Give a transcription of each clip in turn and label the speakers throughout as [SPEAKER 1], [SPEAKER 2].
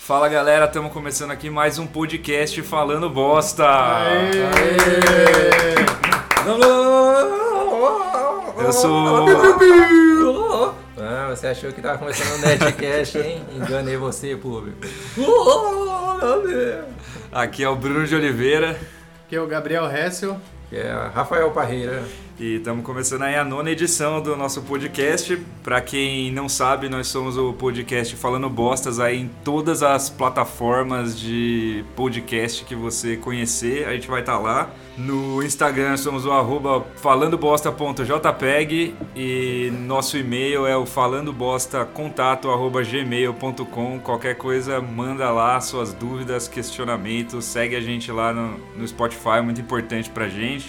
[SPEAKER 1] Fala galera, estamos começando aqui mais um podcast falando bosta. Eu sou.
[SPEAKER 2] Ah, você achou que tava começando o Nerdcast, hein? Enganei você, público.
[SPEAKER 1] Aqui é o Bruno de Oliveira
[SPEAKER 3] Que é o Gabriel Hessel.
[SPEAKER 2] Que é Rafael Parreira.
[SPEAKER 1] e estamos começando aí a nona edição do nosso podcast. Pra quem não sabe, nós somos o podcast falando bostas aí em todas as plataformas de podcast que você conhecer. A gente vai estar lá. No Instagram somos o arroba falandobosta.jpeg e nosso e-mail é o falandobostacontato.gmail.com. Qualquer coisa, manda lá suas dúvidas, questionamentos, segue a gente lá no, no Spotify, muito importante pra gente.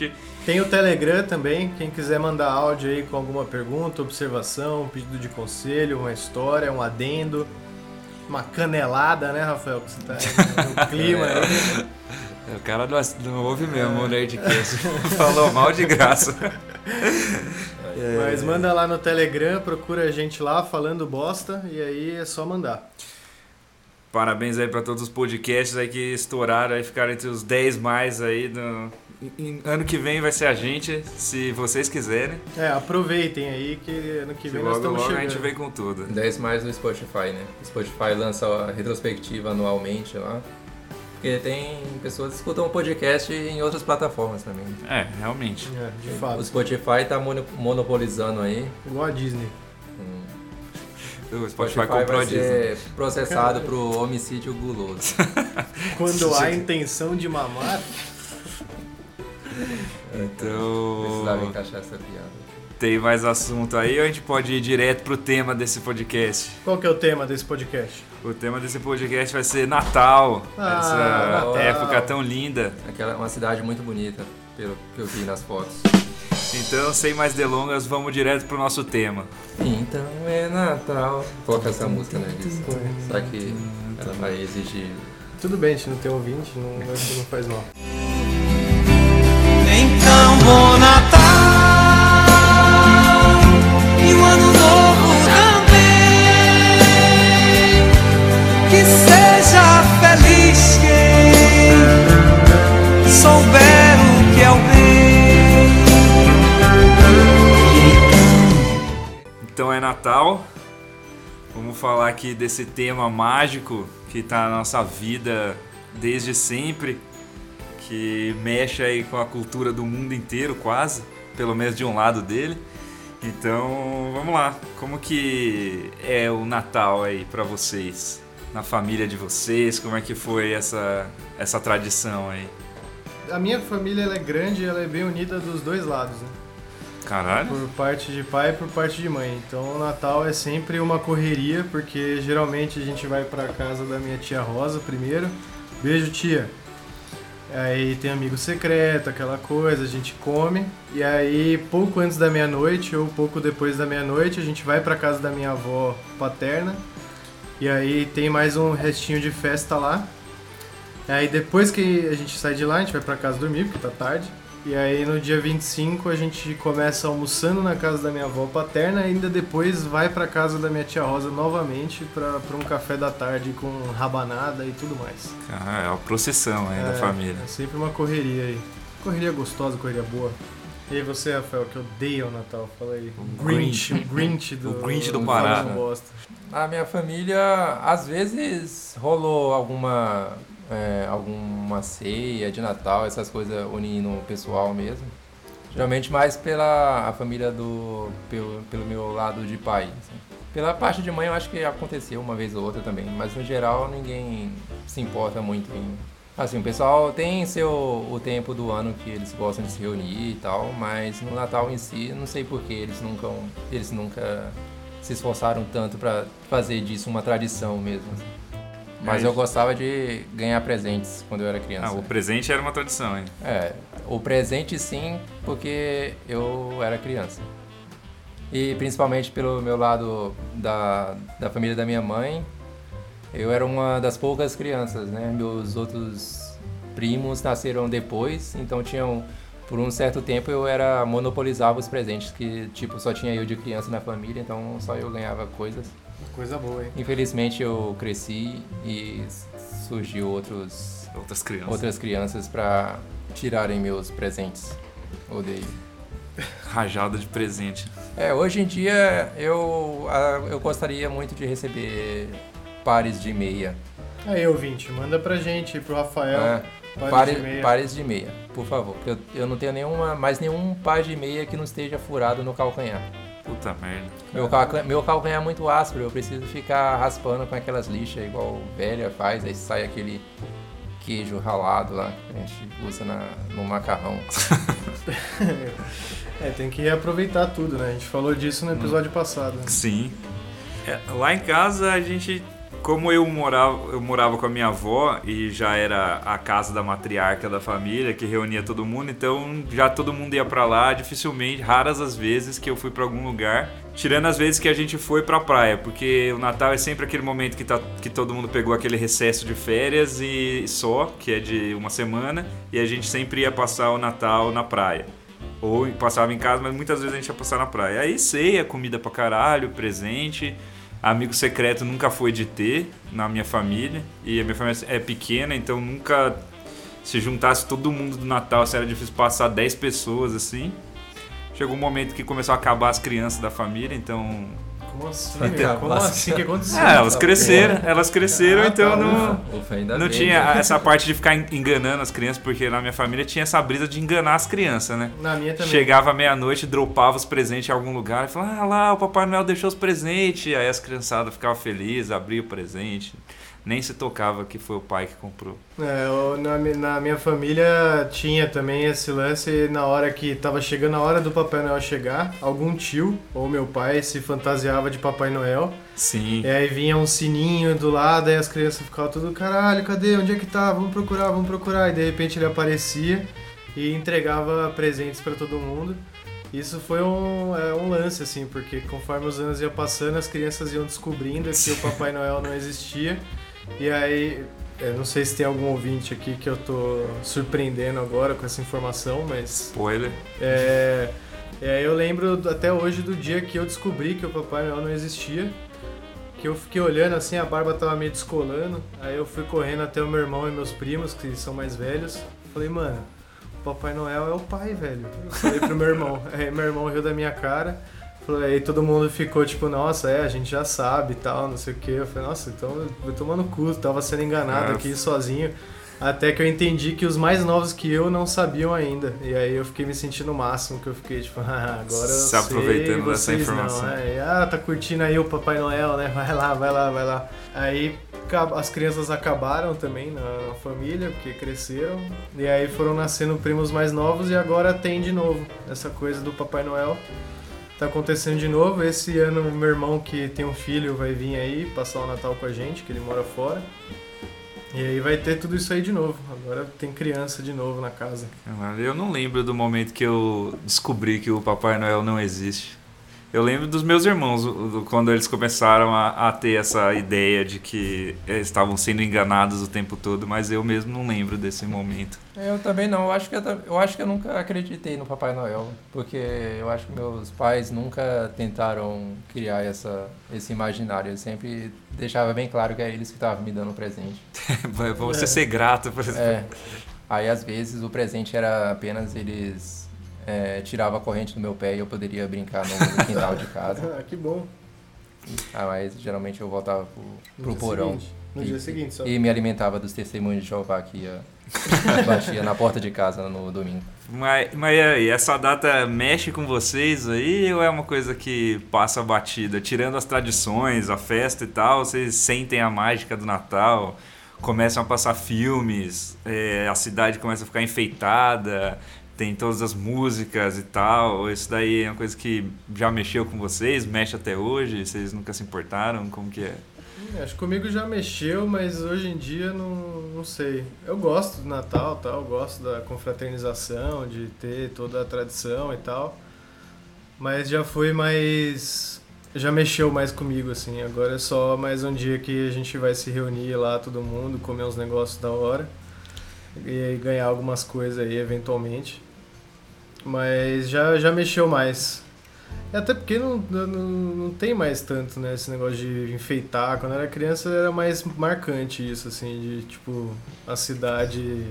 [SPEAKER 3] Tem o Telegram também, quem quiser mandar áudio aí com alguma pergunta, observação, um pedido de conselho, uma história, um adendo, uma canelada, né, Rafael? Que você tá aí no clima aí.
[SPEAKER 1] O cara não, não ouve mesmo o Nerdcast. Falou mal de graça.
[SPEAKER 3] Mas manda lá no Telegram, procura a gente lá falando bosta e aí é só mandar.
[SPEAKER 1] Parabéns aí pra todos os podcasts aí que estouraram, aí ficaram entre os 10 mais aí. No... em- em- Ano que vem vai ser a gente, se vocês quiserem.
[SPEAKER 3] É, aproveitem aí que ano que
[SPEAKER 1] Que
[SPEAKER 3] vem
[SPEAKER 1] logo,
[SPEAKER 3] nós estamos
[SPEAKER 1] logo a
[SPEAKER 3] chegando.
[SPEAKER 1] gente vem com tudo.
[SPEAKER 2] 10 mais no Spotify, né? O Spotify lança a retrospectiva anualmente lá. Porque tem pessoas que escutam o podcast em outras plataformas também.
[SPEAKER 1] É, realmente.
[SPEAKER 3] É, de
[SPEAKER 2] O
[SPEAKER 3] fato,
[SPEAKER 2] Spotify tá mono- monopolizando aí.
[SPEAKER 3] igual a Disney.
[SPEAKER 1] O
[SPEAKER 2] O
[SPEAKER 1] Spotify,
[SPEAKER 2] Spotify
[SPEAKER 1] comprou a
[SPEAKER 2] vai
[SPEAKER 1] Disney.
[SPEAKER 2] ser processado pro homicídio guloso.
[SPEAKER 3] Quando há intenção de mamar,
[SPEAKER 2] Precisava
[SPEAKER 1] Então,
[SPEAKER 2] encaixar essa piada.
[SPEAKER 1] tem mais assunto aí ou a gente pode ir direto pro tema desse podcast?
[SPEAKER 3] qual que é o tema desse podcast?
[SPEAKER 1] O tema desse podcast vai ser Natal.
[SPEAKER 3] Ah,
[SPEAKER 1] essa
[SPEAKER 3] Natal.
[SPEAKER 1] época tão linda.
[SPEAKER 2] Aquela é uma cidade muito bonita, pelo que eu vi nas fotos.
[SPEAKER 1] Então, sem mais delongas, vamos direto pro nosso tema.
[SPEAKER 2] Então é Natal. Coloca essa música, né, Liz? Será que ela vai exigir.
[SPEAKER 3] Tudo bem, a gente não tem ouvinte, não, acho que não faz mal.
[SPEAKER 4] Então bom Natal e um ano novo também. Que seja feliz quem souber o que é o bem.
[SPEAKER 1] Então é Natal. Vamos falar aqui desse tema mágico que tá na nossa vida desde sempre, que mexe aí com a cultura do mundo inteiro, quase, pelo menos de um lado dele. Então, vamos lá. Como que é o Natal aí pra vocês? Na família de vocês, como é que foi essa essa tradição aí?
[SPEAKER 3] A minha família ela é grande, ela é bem unida dos dois lados, né?
[SPEAKER 1] Caralho.
[SPEAKER 3] Por parte de pai e por parte de mãe. Então o Natal é sempre uma correria, porque geralmente a gente vai pra casa da minha tia Rosa primeiro. Beijo, tia. Aí tem amigo secreto, aquela coisa, a gente come. E aí, pouco antes da meia-noite ou pouco depois da meia-noite, a gente vai pra casa da minha avó paterna. E aí tem mais um restinho de festa lá. Aí depois que a gente sai de lá, a gente vai pra casa dormir, porque tá tarde. E aí no dia 25 a gente começa almoçando na casa da minha avó paterna e ainda depois vai pra casa da minha tia Rosa novamente pra pra um café da tarde com rabanada e tudo mais.
[SPEAKER 1] Ah, é uma processão aí da família.
[SPEAKER 3] É sempre uma correria aí. Correria gostosa, correria boa. E você, Rafael, que odeia o Natal, fala aí. O
[SPEAKER 1] Grinch.
[SPEAKER 3] Grinch, o Grinch do,
[SPEAKER 1] O Grinch do
[SPEAKER 3] do
[SPEAKER 1] Pará,
[SPEAKER 3] Não
[SPEAKER 1] né?
[SPEAKER 3] Bosta.
[SPEAKER 2] Na minha família, às vezes rolou alguma. é, alguma ceia de Natal, essas coisas unindo o pessoal mesmo. Geralmente mais pela a família do. pelo, pelo meu lado de pai. assim. Pela parte de mãe eu acho que aconteceu uma vez ou outra também, mas no geral ninguém se importa muito em. Assim, o pessoal tem seu o tempo do ano que eles gostam de se reunir e tal, mas no Natal em si, não sei por que eles nunca eles nunca se esforçaram tanto pra fazer disso uma tradição mesmo. assim. Mas
[SPEAKER 1] Aí.
[SPEAKER 2] eu gostava de ganhar presentes quando eu era criança.
[SPEAKER 1] É Ah, o presente era uma tradição, hein?
[SPEAKER 2] É, o presente sim, porque eu era criança. E principalmente pelo meu lado da, da família da minha mãe, eu era uma das poucas crianças, né? Meus outros primos nasceram depois, então tinham por um certo tempo eu era monopolizava os presentes que tipo só tinha eu de criança na família, então só eu ganhava coisas.
[SPEAKER 3] Coisa boa, hein?
[SPEAKER 2] Infelizmente eu cresci e s- surgiu outros
[SPEAKER 1] Outras crianças.
[SPEAKER 2] outras crianças pra tirarem meus presentes. Odeio.
[SPEAKER 1] Rajada de presente.
[SPEAKER 2] É, hoje em dia eu, ah, eu gostaria muito de receber pares de meia.
[SPEAKER 3] Aí, ouvinte, manda pra gente, pro
[SPEAKER 1] É,
[SPEAKER 3] Rafael.
[SPEAKER 2] né?
[SPEAKER 3] pares
[SPEAKER 2] Pare-
[SPEAKER 3] de meia.
[SPEAKER 2] pares de meia, por favor. porque Eu, eu não tenho nenhuma, mais nenhum par de meia que não esteja furado no calcanhar.
[SPEAKER 1] Puta merda.
[SPEAKER 2] Meu, calca- meu calcanhar é muito áspero, eu preciso ficar raspando com aquelas lixas igual velha faz, aí sai aquele queijo ralado lá que a gente usa na, no macarrão.
[SPEAKER 3] É, tem que aproveitar tudo, né? A gente falou disso
[SPEAKER 1] Hum.
[SPEAKER 3] no episódio passado. né?
[SPEAKER 1] Sim. É, lá em casa a gente. Como eu morava, eu morava com a minha avó e já era a casa da matriarca da família, que reunia todo mundo, então já todo mundo ia pra lá, dificilmente, raras as vezes que eu fui pra algum lugar, tirando as vezes que a gente foi pra praia, porque o Natal é sempre aquele momento que, tá, que todo mundo pegou aquele recesso de férias e só, que é de uma semana, e a gente sempre ia passar o Natal na praia. Ou passava em casa, mas muitas vezes a gente ia passar na praia. Aí ceia, comida pra caralho, presente. Amigo secreto nunca foi de ter na minha família. E a minha família é pequena, então nunca se juntasse todo mundo do Natal, se era difícil passar 10 pessoas assim. Chegou um momento que começou a acabar as crianças da família, então.
[SPEAKER 3] Como assim, meu? Como
[SPEAKER 2] Nossa.
[SPEAKER 3] assim? O que aconteceu?
[SPEAKER 1] Ah, elas cresceram, elas cresceram,
[SPEAKER 3] Ah,
[SPEAKER 1] então
[SPEAKER 3] tá,
[SPEAKER 1] não.
[SPEAKER 2] Ufa, ainda
[SPEAKER 1] Não
[SPEAKER 2] bem, né?
[SPEAKER 1] tinha essa parte de ficar en- enganando as crianças, porque na minha família tinha essa brisa de enganar as crianças, né?
[SPEAKER 3] Na minha também.
[SPEAKER 1] Chegava meia-noite, dropava os presentes em algum lugar e falava: Ah lá, o Papai Noel deixou os presentes. Aí as criançadas ficavam felizes, abria o presente. Nem se tocava que foi o pai que comprou.
[SPEAKER 3] É, eu- na, mi- na minha família tinha também esse lance e na hora que tava chegando a hora do Papai Noel chegar, algum tio ou meu pai se fantasiava de Papai Noel.
[SPEAKER 1] Sim.
[SPEAKER 3] E aí vinha um sininho do lado, aí as crianças ficavam tudo, caralho, cadê? Onde é que tá? Vamos procurar, vamos procurar. E de repente ele aparecia e entregava presentes pra todo mundo. Isso foi um, é, um lance, assim, porque conforme os anos iam passando, as crianças iam descobrindo que o Papai Noel não existia. E aí, eu não sei se tem algum ouvinte aqui que eu tô surpreendendo agora com essa informação, mas
[SPEAKER 1] Spoiler.
[SPEAKER 3] é, é, eu lembro do- até hoje do dia que eu descobri que o Papai Noel não existia. Que eu fiquei olhando assim, a barba tava meio descolando. Aí eu fui correndo até o meu irmão e meus primos, que são mais velhos. Falei, mano, o Papai Noel é o pai, velho. Eu falei pro meu irmão. Aí meu irmão riu da minha cara. Falou, aí todo mundo ficou tipo, nossa, é, a gente já sabe e tal, não sei o que. Eu falei, nossa, então eu vou tomar no cu, tava sendo enganado
[SPEAKER 1] Nossa.
[SPEAKER 3] aqui sozinho. Até que eu entendi que os mais novos que eu não sabiam ainda. E aí eu fiquei me sentindo o máximo, que eu fiquei tipo, ah, agora eu
[SPEAKER 1] Se
[SPEAKER 3] sei,
[SPEAKER 1] aproveitando dessa
[SPEAKER 3] vocês
[SPEAKER 1] informação.
[SPEAKER 3] Não, né? E, ah, tá curtindo aí o Papai Noel, né? Vai lá, vai lá, vai lá. Aí ca- as crianças acabaram também na, na família, porque cresceram. E aí foram nascendo primos mais novos e agora tem de novo essa coisa do Papai Noel. Tá acontecendo de novo. Esse ano o meu irmão que tem um filho vai vir aí passar o Natal com a gente, que ele mora fora. E aí vai ter tudo isso aí de novo. Agora tem criança de novo na casa.
[SPEAKER 1] Eu não lembro do momento que eu descobri que o Papai Noel não existe. Eu lembro dos meus irmãos, o- do- quando eles começaram a, a ter essa ideia de que eles estavam sendo enganados o tempo todo, mas eu mesmo não lembro desse momento.
[SPEAKER 2] Eu também não, eu acho, que eu, ta- eu acho que eu nunca acreditei no Papai Noel, porque eu acho que meus pais nunca tentaram criar essa, esse imaginário, eu sempre deixava bem claro que é eles que estavam me dando o presente.
[SPEAKER 1] Pra você ser grato por exemplo.
[SPEAKER 2] É, aí às vezes o presente era apenas eles é, tiravam a corrente do meu pé e eu poderia brincar no quintal de casa,
[SPEAKER 3] Ah, que bom.
[SPEAKER 2] ah, mas geralmente eu voltava pro,
[SPEAKER 3] No
[SPEAKER 2] pro
[SPEAKER 3] dia
[SPEAKER 2] porão.
[SPEAKER 3] seguinte. No dia seguinte, só.
[SPEAKER 2] E me alimentava dos testemunhos de Jeová que ia, batia na porta de casa no domingo.
[SPEAKER 1] Mas, mas e aí, essa data mexe com vocês aí ou é uma coisa que passa batida? Tirando as tradições, a festa e tal, vocês sentem a mágica do Natal? Começam a passar filmes, é, a cidade começa a ficar enfeitada, tem todas as músicas e tal. Isso daí é uma coisa que já mexeu com vocês, mexe até hoje, vocês nunca se importaram? Como que é?
[SPEAKER 3] Hum, Acho que comigo já mexeu, mas hoje em dia não, não sei. Eu gosto do Natal, tal, eu gosto da confraternização, de ter toda a tradição e tal. Mas já foi mais. Já mexeu mais comigo, assim. Agora é só mais um dia que a gente vai se reunir lá, todo mundo, comer uns negócios da hora. E ganhar algumas coisas aí, eventualmente. Mas já, já mexeu mais. E É, Até porque não, não, não tem mais tanto, né? Esse negócio de enfeitar. Quando eu era criança era mais marcante isso, assim, de tipo, a cidade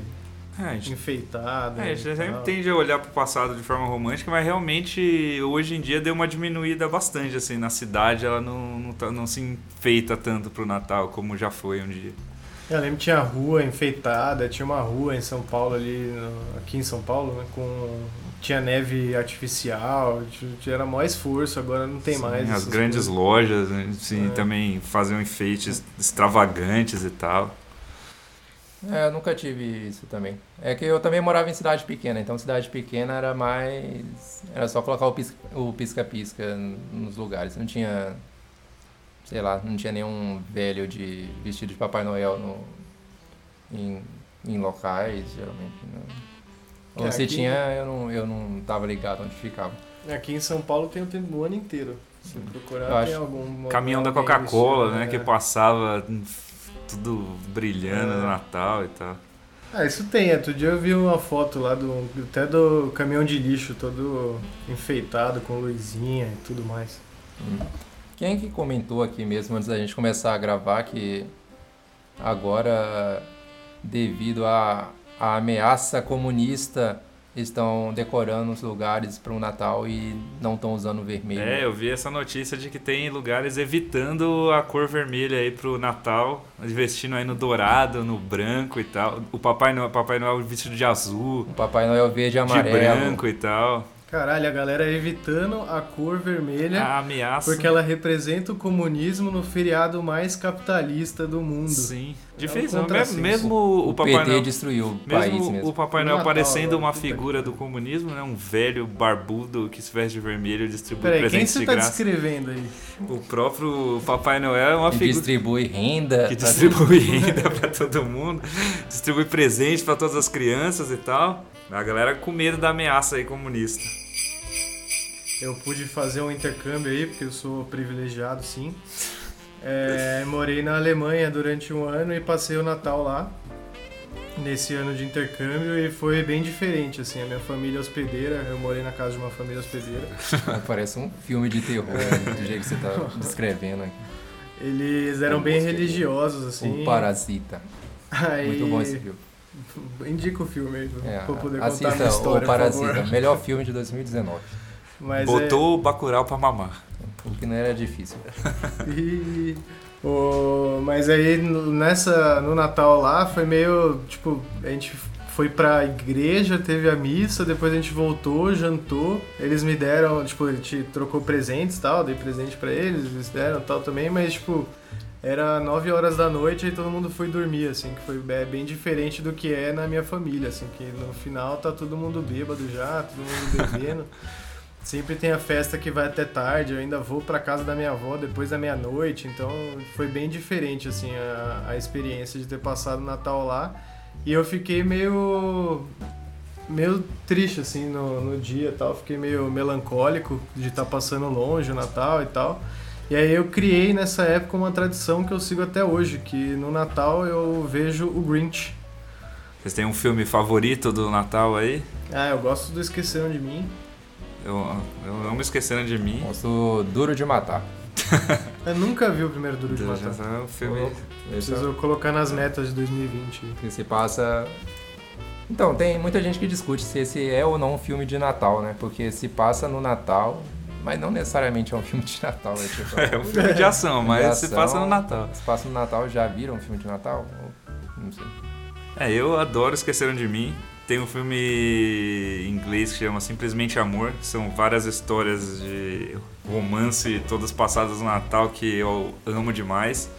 [SPEAKER 1] É, a gente,
[SPEAKER 3] enfeitada.
[SPEAKER 1] é, a gente
[SPEAKER 3] e
[SPEAKER 1] sempre
[SPEAKER 3] tal.
[SPEAKER 1] tende a olhar pro passado de forma romântica, mas realmente hoje em dia deu uma diminuída bastante, assim, na cidade ela não, não, tá- não se enfeita tanto pro Natal como já foi um dia.
[SPEAKER 3] É, Eu lembro que tinha rua enfeitada, tinha uma rua em São Paulo ali, no- aqui em São Paulo, né? Com. Tinha neve artificial, tinha- era maior esforço, agora não tem
[SPEAKER 1] Sim,
[SPEAKER 3] mais.
[SPEAKER 1] Assim, As
[SPEAKER 3] essas
[SPEAKER 1] grandes
[SPEAKER 3] coisas.
[SPEAKER 1] lojas, né, assim,
[SPEAKER 3] É.
[SPEAKER 1] também faziam enfeites extravagantes e tal.
[SPEAKER 2] É, eu nunca tive isso também. É que eu também morava em cidade pequena, então cidade pequena era mais. Era só colocar o pisca- o pisca-pisca nos lugares. Não tinha. Sei lá, não tinha nenhum velho de vestido de Papai Noel no, em, em locais, geralmente. Não. Ou
[SPEAKER 3] É,
[SPEAKER 2] se
[SPEAKER 3] aqui-
[SPEAKER 2] tinha, eu não, eu não tava ligado onde ficava.
[SPEAKER 3] É, Aqui em São Paulo tem o tempo o ano inteiro. Se procurar,
[SPEAKER 2] Eu
[SPEAKER 3] tem
[SPEAKER 2] acho-
[SPEAKER 3] algum.
[SPEAKER 1] Caminhão da
[SPEAKER 3] alguém
[SPEAKER 1] Coca-Cola,
[SPEAKER 3] vestido,
[SPEAKER 1] né? Que
[SPEAKER 3] é.
[SPEAKER 1] passava hum, tudo brilhando
[SPEAKER 3] É.
[SPEAKER 1] no Natal e tal.
[SPEAKER 3] Ah, isso tem. Outro dia eu vi uma foto lá do até do caminhão de lixo todo enfeitado com luzinha e tudo mais.
[SPEAKER 2] Quem que comentou aqui mesmo antes da gente começar a gravar que agora, devido à à ameaça comunista, estão decorando os lugares para o Natal e não estão usando vermelho?
[SPEAKER 1] É, eu vi essa notícia de que tem lugares evitando a cor vermelha aí pro Natal, investindo aí no dourado, no branco e tal. O Papai Noel, Papai Noel vestido de azul,
[SPEAKER 2] O Papai Noel verde e
[SPEAKER 1] de
[SPEAKER 2] amarelo.
[SPEAKER 1] branco e tal.
[SPEAKER 3] Caralho, a galera é evitando a cor vermelha
[SPEAKER 1] A ameaça.
[SPEAKER 3] É, porque ela representa o comunismo no feriado mais capitalista do mundo.
[SPEAKER 1] Sim. Difícil.
[SPEAKER 3] É um contrassenso.
[SPEAKER 1] mesmo, mesmo o
[SPEAKER 2] o
[SPEAKER 1] Papai
[SPEAKER 2] PT
[SPEAKER 1] Noel.
[SPEAKER 2] destruiu o país
[SPEAKER 1] Mesmo o
[SPEAKER 2] mesmo.
[SPEAKER 1] Papai Noel
[SPEAKER 3] Natal,
[SPEAKER 1] parecendo
[SPEAKER 3] né?
[SPEAKER 1] uma
[SPEAKER 3] Puta que
[SPEAKER 1] figura do comunismo, né? Um velho barbudo que se veste de vermelho e distribui
[SPEAKER 3] Peraí, quem
[SPEAKER 1] presentes
[SPEAKER 3] você
[SPEAKER 1] de
[SPEAKER 3] tá
[SPEAKER 1] graça.
[SPEAKER 3] descrevendo aí?
[SPEAKER 1] O próprio Papai Noel é uma
[SPEAKER 2] Que
[SPEAKER 1] figura
[SPEAKER 2] distribui renda. tá
[SPEAKER 1] que
[SPEAKER 2] pra-
[SPEAKER 1] distribui renda pra todo mundo, distribui presente pra todas as crianças e tal. A galera com medo da ameaça aí comunista.
[SPEAKER 3] Eu pude fazer um intercâmbio aí, porque eu sou privilegiado, sim. É, morei na Alemanha durante um ano e passei o Natal lá, nesse ano de intercâmbio, e foi bem diferente, assim. A minha família é hospedeira, eu morei na casa de uma família hospedeira.
[SPEAKER 2] Parece um filme de terror,
[SPEAKER 1] É.
[SPEAKER 2] né, do jeito que você tá descrevendo aqui.
[SPEAKER 3] Eles eram
[SPEAKER 2] Um
[SPEAKER 3] bem
[SPEAKER 2] hospedeiro.
[SPEAKER 3] religiosos,
[SPEAKER 2] O
[SPEAKER 3] assim.
[SPEAKER 2] Parasita.
[SPEAKER 3] Aí,
[SPEAKER 2] Muito bom esse filme.
[SPEAKER 3] Indica o filme aí,
[SPEAKER 2] É,
[SPEAKER 3] pra eu poder contar a minha
[SPEAKER 2] assista
[SPEAKER 3] história,
[SPEAKER 2] o
[SPEAKER 3] por
[SPEAKER 2] Parasita,
[SPEAKER 3] favor.
[SPEAKER 2] melhor filme de 2019.
[SPEAKER 3] Mas é-
[SPEAKER 1] Botou o Bacurau pra mamar.
[SPEAKER 2] O que não era difícil.
[SPEAKER 3] E- o- mas aí no- nessa no Natal lá foi meio tipo a gente foi pra igreja, teve a missa, depois a gente voltou, jantou. Eles me deram, tipo, a gente trocou presentes e tal, dei presente pra eles, eles deram e tal também, mas tipo era 9 horas da noite e todo mundo foi dormir, assim, que foi be- bem diferente do que é na minha família, assim, que no final tá todo mundo bêbado já, todo mundo bebendo. Sempre tem a festa que vai até tarde, eu ainda vou pra casa da minha avó depois da meia-noite, então foi bem diferente assim a, a experiência de ter passado o Natal lá. E eu fiquei meio meio triste assim no, no dia e tal, fiquei meio melancólico de estar passando longe o Natal e tal. E aí eu criei nessa época uma tradição que eu sigo até hoje, que no Natal eu vejo o Grinch.
[SPEAKER 1] Vocês têm um filme favorito do Natal aí?
[SPEAKER 3] Ah, eu gosto do Esqueceram de Mim.
[SPEAKER 1] Eu, eu amo esquecendo de mim.
[SPEAKER 2] Nosso Duro de Matar.
[SPEAKER 3] Eu nunca vi o primeiro Duro de
[SPEAKER 1] Deus,
[SPEAKER 3] Matar.
[SPEAKER 1] já é um filme.
[SPEAKER 2] Esse é
[SPEAKER 3] Preciso colocar nas metas de 2020.
[SPEAKER 2] o que se passa. Então, tem muita gente que discute se esse é ou não um filme de Natal, né? Porque se passa no Natal, mas não necessariamente é um filme de Natal. Né? Tipo,
[SPEAKER 1] É um filme de ação, mas
[SPEAKER 2] De
[SPEAKER 1] se
[SPEAKER 2] ação.
[SPEAKER 1] passa no Natal.
[SPEAKER 2] se passa no Natal, já viram um filme de Natal? Ou- Não sei.
[SPEAKER 1] É, eu adoro Esqueceram de Mim. Tem um filme em inglês que chama Simplesmente Amor. São várias histórias de romance, todas passadas no Natal, que eu amo demais.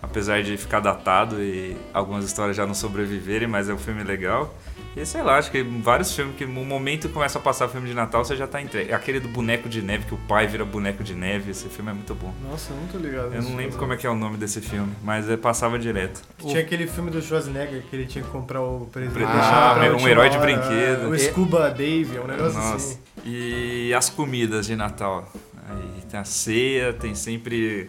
[SPEAKER 1] Apesar de ficar datado e algumas histórias já não sobreviverem, mas é um filme legal. E sei lá, acho que vários filmes que no momento que começa a passar filme de Natal, você já tá entregue. Aquele do boneco de neve, que o pai vira boneco de neve, esse filme é muito bom.
[SPEAKER 3] Nossa, eu não tô ligado.
[SPEAKER 1] Eu não lembro como é que é o nome desse filme, mas é, passava direto.
[SPEAKER 3] Tinha aquele filme do Schwarzenegger que ele tinha que comprar o presente.
[SPEAKER 1] Ah,
[SPEAKER 3] deixava pra
[SPEAKER 1] um
[SPEAKER 3] última
[SPEAKER 1] herói de
[SPEAKER 3] hora,
[SPEAKER 1] brinquedo.
[SPEAKER 3] O Scuba Dave, é um negócio assim.
[SPEAKER 1] E as comidas de Natal? Aí tem a ceia, tem sempre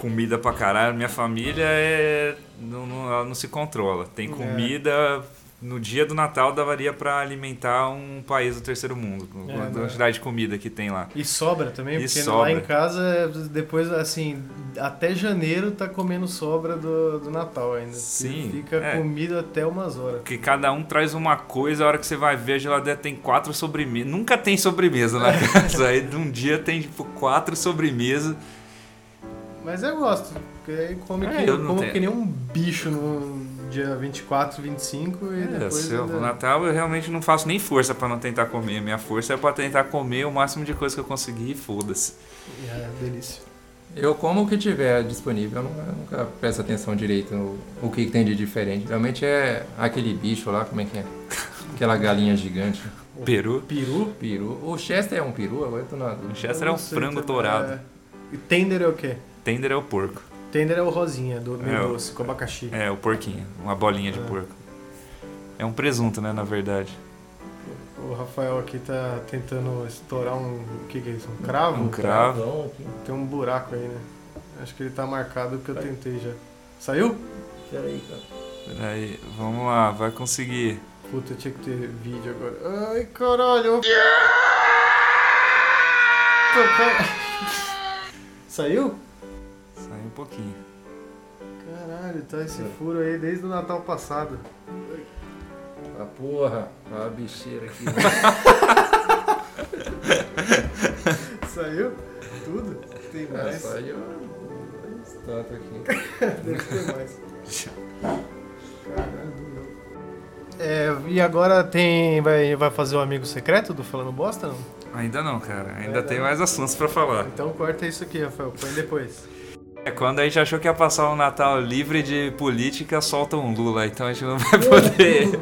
[SPEAKER 1] comida pra caralho. Minha família é. Não, não- ela não se controla.
[SPEAKER 3] É.
[SPEAKER 1] Tem comida. No dia do Natal daria pra alimentar um país do terceiro mundo. com
[SPEAKER 3] É,
[SPEAKER 1] a
[SPEAKER 3] né?
[SPEAKER 1] quantidade de comida que tem lá.
[SPEAKER 3] E sobra também,
[SPEAKER 1] E
[SPEAKER 3] porque
[SPEAKER 1] sobra.
[SPEAKER 3] lá em casa, depois, assim, até janeiro tá comendo sobra do, do Natal ainda.
[SPEAKER 1] Sim,
[SPEAKER 3] E Fica
[SPEAKER 1] é.
[SPEAKER 3] comida até umas horas.
[SPEAKER 1] Porque cada um traz uma coisa, a hora que você vai ver, a geladeira tem quatro sobremesas. Nunca tem sobremesa na
[SPEAKER 3] É.
[SPEAKER 1] casa. Aí num dia tem tipo quatro sobremesas.
[SPEAKER 3] Mas eu gosto, porque aí come,
[SPEAKER 1] É,
[SPEAKER 3] que,
[SPEAKER 1] eu não
[SPEAKER 3] como
[SPEAKER 1] tenho-
[SPEAKER 3] que nem um bicho no dia 24, 25 e
[SPEAKER 1] É,
[SPEAKER 3] depois.
[SPEAKER 1] seu,
[SPEAKER 3] ainda-
[SPEAKER 1] o Natal eu realmente não faço nem força pra não tentar comer. Minha força é pra tentar comer o máximo de coisa que eu conseguir e foda-se.
[SPEAKER 3] É, delícia.
[SPEAKER 2] Eu como o que tiver disponível, eu nunca, eu nunca presto atenção direito no o que, que tem de diferente. Realmente é aquele bicho lá, como é que é? Aquela galinha gigante,
[SPEAKER 1] Peru.
[SPEAKER 3] Peru?
[SPEAKER 2] peru. O Chester é um peru? Agora eu tô na dúvida.
[SPEAKER 1] Chester
[SPEAKER 3] Eu
[SPEAKER 1] é
[SPEAKER 3] não
[SPEAKER 1] um
[SPEAKER 3] sei
[SPEAKER 1] frango
[SPEAKER 3] também,
[SPEAKER 1] dourado.
[SPEAKER 3] é. E tender é o quê?
[SPEAKER 1] Tender é o porco.
[SPEAKER 3] Tender é o rosinha, do meio
[SPEAKER 1] É, o-
[SPEAKER 3] doce, com abacaxi.
[SPEAKER 1] É, o porquinho. Uma bolinha de
[SPEAKER 3] É.
[SPEAKER 1] porco. É um presunto, né, na verdade.
[SPEAKER 3] O Rafael aqui tá tentando estourar um. O que, que é isso? Um cravo?
[SPEAKER 1] Um cravo.
[SPEAKER 5] aqui.
[SPEAKER 3] Tem um buraco aí, né? Acho que ele tá marcado porque eu tentei já. Saiu?
[SPEAKER 5] Pera aí, cara.
[SPEAKER 1] Peraí, vamos lá, vai conseguir.
[SPEAKER 3] Puta, tinha que ter vídeo agora. Ai, caralho! Saiu?
[SPEAKER 1] Sai um pouquinho.
[SPEAKER 3] Caralho, tá esse furo aí desde o Natal passado.
[SPEAKER 2] A porra, a bicheira aqui. né,
[SPEAKER 3] Saiu? Tudo? Tem
[SPEAKER 1] É,
[SPEAKER 2] Ah,
[SPEAKER 3] mais?
[SPEAKER 2] saiu um tanto aqui.
[SPEAKER 3] Deve ter mais. Caralho, não. É, e agora tem. Vai, vai fazer o amigo secreto do Falando Bosta, não?
[SPEAKER 1] Ainda não, cara. Ainda
[SPEAKER 3] Ainda
[SPEAKER 1] tem
[SPEAKER 3] É não.
[SPEAKER 1] mais assuntos pra falar.
[SPEAKER 3] Então corta isso aqui, Rafael. Põe depois.
[SPEAKER 1] É, quando a gente achou que ia passar um Natal livre de política, solta um Lula, então a gente não vai
[SPEAKER 3] Uhum.
[SPEAKER 1] poder.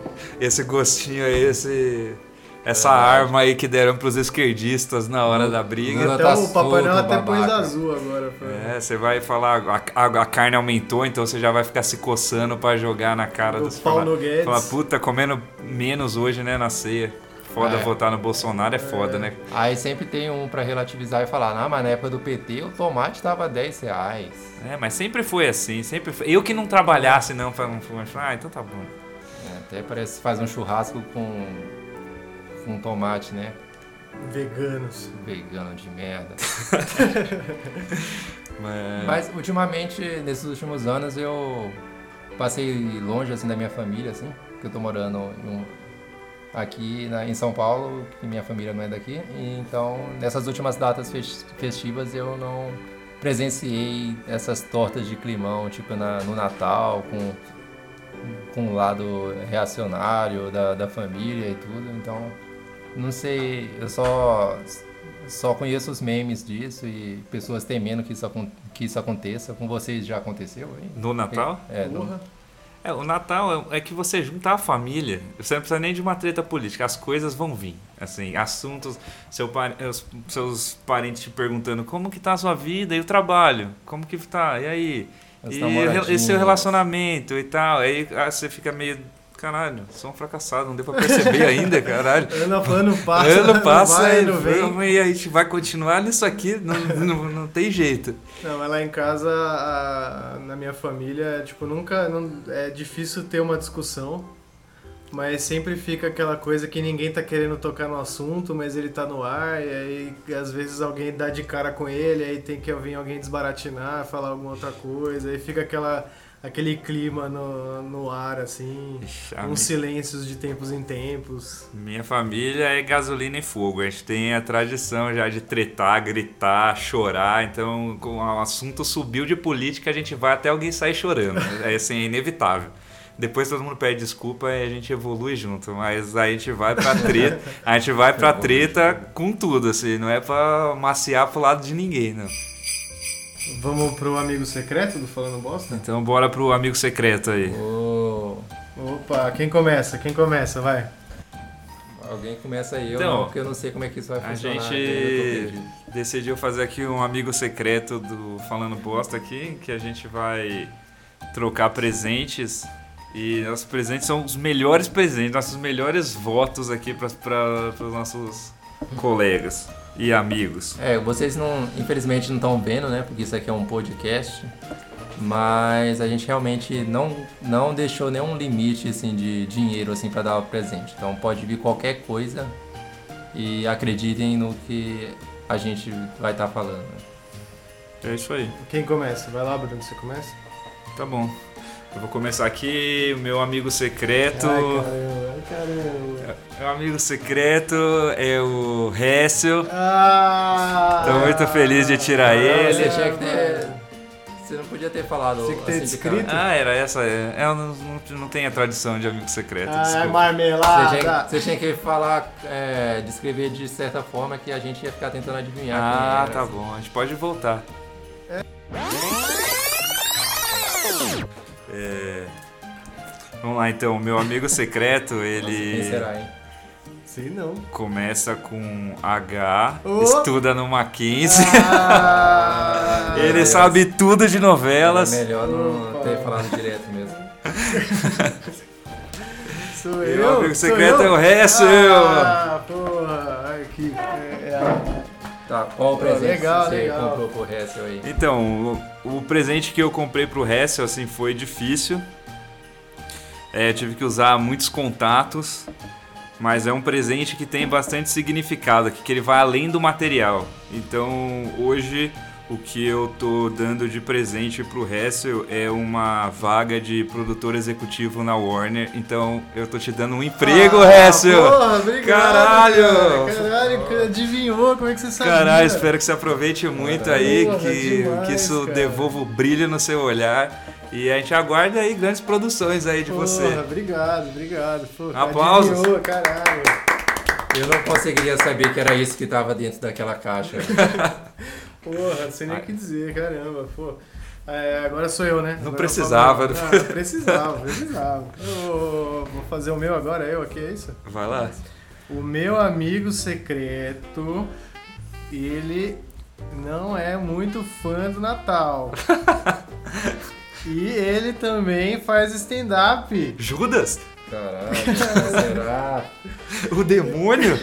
[SPEAKER 1] esse gostinho aí, esse. Essa arma aí que deram pros esquerdistas na hora da briga.
[SPEAKER 2] Lula
[SPEAKER 3] Até
[SPEAKER 2] tá
[SPEAKER 3] Então, o Papai
[SPEAKER 2] solto,
[SPEAKER 3] Noel até
[SPEAKER 2] babaca.
[SPEAKER 3] pôs azul agora. Pra...
[SPEAKER 1] É, você vai falar, a, a- a carne aumentou, então você já vai ficar se coçando pra jogar na cara
[SPEAKER 3] o
[SPEAKER 1] dos
[SPEAKER 3] Paulo
[SPEAKER 1] fala-
[SPEAKER 3] Guedes.
[SPEAKER 1] Fala, puta, comendo menos hoje, né, na ceia. Foda
[SPEAKER 2] É.
[SPEAKER 1] votar no Bolsonaro, é foda, né?
[SPEAKER 2] Aí sempre tem um pra relativizar e falar, ah, mas na época do PT o tomate tava 10 reais.
[SPEAKER 1] É, mas sempre foi assim, sempre foi. Eu que não trabalhasse não pra não fumar, ah, então tá bom.
[SPEAKER 2] É, até parece que faz um churrasco com, com tomate, né?
[SPEAKER 3] É. Veganos.
[SPEAKER 2] Vegano de merda.
[SPEAKER 1] Mas-
[SPEAKER 2] Mas ultimamente, nesses últimos anos, eu passei longe assim da minha família, assim, que eu tô morando em um- aqui na- em São Paulo, que minha família não é daqui. E, então, nessas últimas datas fes- festivas, eu não presenciei essas tortas de climão, tipo na- no Natal, com com o lado reacionário da, da família e tudo, então não sei, eu só só conheço os memes disso e pessoas temendo que isso, acon- que isso aconteça. Com vocês já aconteceu aí?
[SPEAKER 1] No Natal?
[SPEAKER 2] É, não-
[SPEAKER 3] Porra.
[SPEAKER 1] É, o Natal é é que você junta a família. Você não precisa nem de uma treta política. As coisas vão vir. Assim, assuntos. Seu par- os- seus parentes te perguntando como que tá a sua vida e o trabalho. Como que tá? E aí?
[SPEAKER 2] As
[SPEAKER 1] e,
[SPEAKER 2] namoradinhas.
[SPEAKER 1] re- e seu relacionamento e tal. Aí ah, você fica meio. Caralho, sou um fracassado, não deu pra perceber ainda, caralho.
[SPEAKER 3] Ano, ano passa, né?
[SPEAKER 1] ano passa
[SPEAKER 3] vai,
[SPEAKER 1] e,
[SPEAKER 3] ano vem.
[SPEAKER 1] vamos, e a gente vai continuar nisso aqui, não, não, não tem jeito.
[SPEAKER 3] Não, mas lá em casa, a- na minha família, tipo, nunca. não- é difícil ter uma discussão, mas sempre fica aquela coisa que ninguém tá querendo tocar no assunto, mas ele tá no ar, e aí às vezes alguém dá de cara com ele, aí tem que vir alguém desbaratinar, falar alguma outra coisa, aí fica aquela. Aquele clima no, no ar, assim,
[SPEAKER 1] Ixi, a
[SPEAKER 3] uns
[SPEAKER 1] minha-
[SPEAKER 3] silêncios de tempos em tempos.
[SPEAKER 1] Minha família é gasolina e fogo. A gente tem a tradição já de tretar, gritar, chorar. Então, com o assunto subiu de política, a gente vai até alguém sair chorando. É assim, é inevitável. Depois todo mundo pede desculpa e a gente evolui junto, mas a gente vai pra treta, a gente vai pra treta com tudo, assim, não é pra maciar pro lado de ninguém, não.
[SPEAKER 3] Vamos pro amigo secreto do Falando Bosta?
[SPEAKER 1] Então bora pro amigo secreto aí.
[SPEAKER 2] Ô,
[SPEAKER 3] Ô, Opa, quem começa? Quem começa? Vai.
[SPEAKER 2] Alguém começa aí, eu
[SPEAKER 1] Então,
[SPEAKER 2] não, porque eu não sei como é que isso vai
[SPEAKER 1] A
[SPEAKER 2] funcionar.
[SPEAKER 1] gente
[SPEAKER 2] entendeu? Eu tô perdido.
[SPEAKER 1] decidiu fazer aqui um amigo secreto do Falando Bosta aqui, que a gente vai trocar presentes. E nossos presentes são os melhores presentes, nossos melhores votos aqui para os nossos colegas e amigos.
[SPEAKER 2] É, vocês não, infelizmente não estão vendo, né? Porque isso aqui é um podcast. Mas a gente realmente não, não deixou nenhum limite assim, de dinheiro assim, para dar o presente. Então pode vir qualquer coisa e acreditem no que a gente vai estar falando.
[SPEAKER 1] É isso aí.
[SPEAKER 3] Quem começa? Vai lá, Bruno, você começa?
[SPEAKER 1] Tá bom. Eu vou começar aqui, o meu amigo secreto.
[SPEAKER 3] Ai, caramba, ai, caramba.
[SPEAKER 1] Meu amigo secreto é o Hessel.
[SPEAKER 3] Ah!
[SPEAKER 1] Tô muito feliz de tirar ele.
[SPEAKER 2] Você tinha que ter. Você não podia ter falado.
[SPEAKER 3] Tinha que ter
[SPEAKER 2] assim, de cara.
[SPEAKER 3] descrito.
[SPEAKER 1] Ah, era essa. É, eu não, não, não tenho a tradição de amigo secreto.
[SPEAKER 2] Ah, é
[SPEAKER 3] Ai,
[SPEAKER 1] desculpa. Ah,
[SPEAKER 2] Você tinha,
[SPEAKER 3] Ah, é
[SPEAKER 1] tá.
[SPEAKER 3] marmelada!
[SPEAKER 2] você tinha que falar, é, descrever de certa forma que a gente ia ficar tentando adivinhar.
[SPEAKER 1] Ah,
[SPEAKER 2] quem era. assim,
[SPEAKER 1] tá bom. A gente pode voltar. É, Vamos lá, então. Meu amigo secreto,
[SPEAKER 2] Nossa, Quem
[SPEAKER 1] ele
[SPEAKER 2] será, hein?
[SPEAKER 3] Sei não.
[SPEAKER 1] começa com H,
[SPEAKER 3] Oh!
[SPEAKER 1] estuda no Mackenzie.
[SPEAKER 3] Ah!
[SPEAKER 2] Meu
[SPEAKER 1] Ele
[SPEAKER 2] Deus.
[SPEAKER 1] sabe tudo de novelas.
[SPEAKER 2] É melhor não
[SPEAKER 3] Opa.
[SPEAKER 2] ter falado direto mesmo.
[SPEAKER 3] Ah, Sou
[SPEAKER 1] Meu
[SPEAKER 3] eu.
[SPEAKER 1] amigo
[SPEAKER 3] sou
[SPEAKER 1] secreto
[SPEAKER 3] eu?
[SPEAKER 1] é o resto,
[SPEAKER 3] Ah, porra, ai, que. É,
[SPEAKER 2] Tá, qual o
[SPEAKER 3] Pô,
[SPEAKER 2] presente
[SPEAKER 3] legal,
[SPEAKER 2] que você
[SPEAKER 3] legal.
[SPEAKER 2] comprou pro Hessel aí?
[SPEAKER 1] Então, o, o presente que eu comprei pro Hessel, assim, foi difícil. É, tive que usar muitos contatos, mas é um presente que tem bastante significado, que, que ele vai além do material. Então, hoje, o que eu tô dando de presente pro Hessel é uma vaga de produtor executivo na Warner. Então, eu tô te dando um emprego,
[SPEAKER 3] Ah,
[SPEAKER 1] Hessel!
[SPEAKER 3] Porra, obrigado!
[SPEAKER 1] Caralho!
[SPEAKER 3] cara. Caralho, cara, adivinhou como é que você sabia?
[SPEAKER 1] Caralho, espero que você aproveite muito aí,
[SPEAKER 3] Porra,
[SPEAKER 1] que,
[SPEAKER 3] demais,
[SPEAKER 1] que isso
[SPEAKER 3] cara.
[SPEAKER 1] devolva o brilho no seu olhar. E a gente aguarda aí grandes produções aí de
[SPEAKER 3] Porra,
[SPEAKER 1] você.
[SPEAKER 3] Obrigado, obrigado. Pô,
[SPEAKER 1] Aplausos.
[SPEAKER 3] Adivinhou, caralho.
[SPEAKER 2] Eu não conseguiria saber que era isso que tava dentro daquela caixa.
[SPEAKER 3] Porra, não sei nem o que dizer, caramba, pô. É, agora sou eu, né? Agora eu
[SPEAKER 1] precisava,
[SPEAKER 3] falo-
[SPEAKER 1] né?
[SPEAKER 3] Ah, precisava, precisava. Eu vou fazer o meu agora, eu aqui, é isso?
[SPEAKER 1] Vai lá.
[SPEAKER 3] O meu amigo secreto, ele não é muito fã do Natal. e ele também faz stand-up.
[SPEAKER 1] Judas?
[SPEAKER 2] Caralho, quem será?
[SPEAKER 1] O demônio?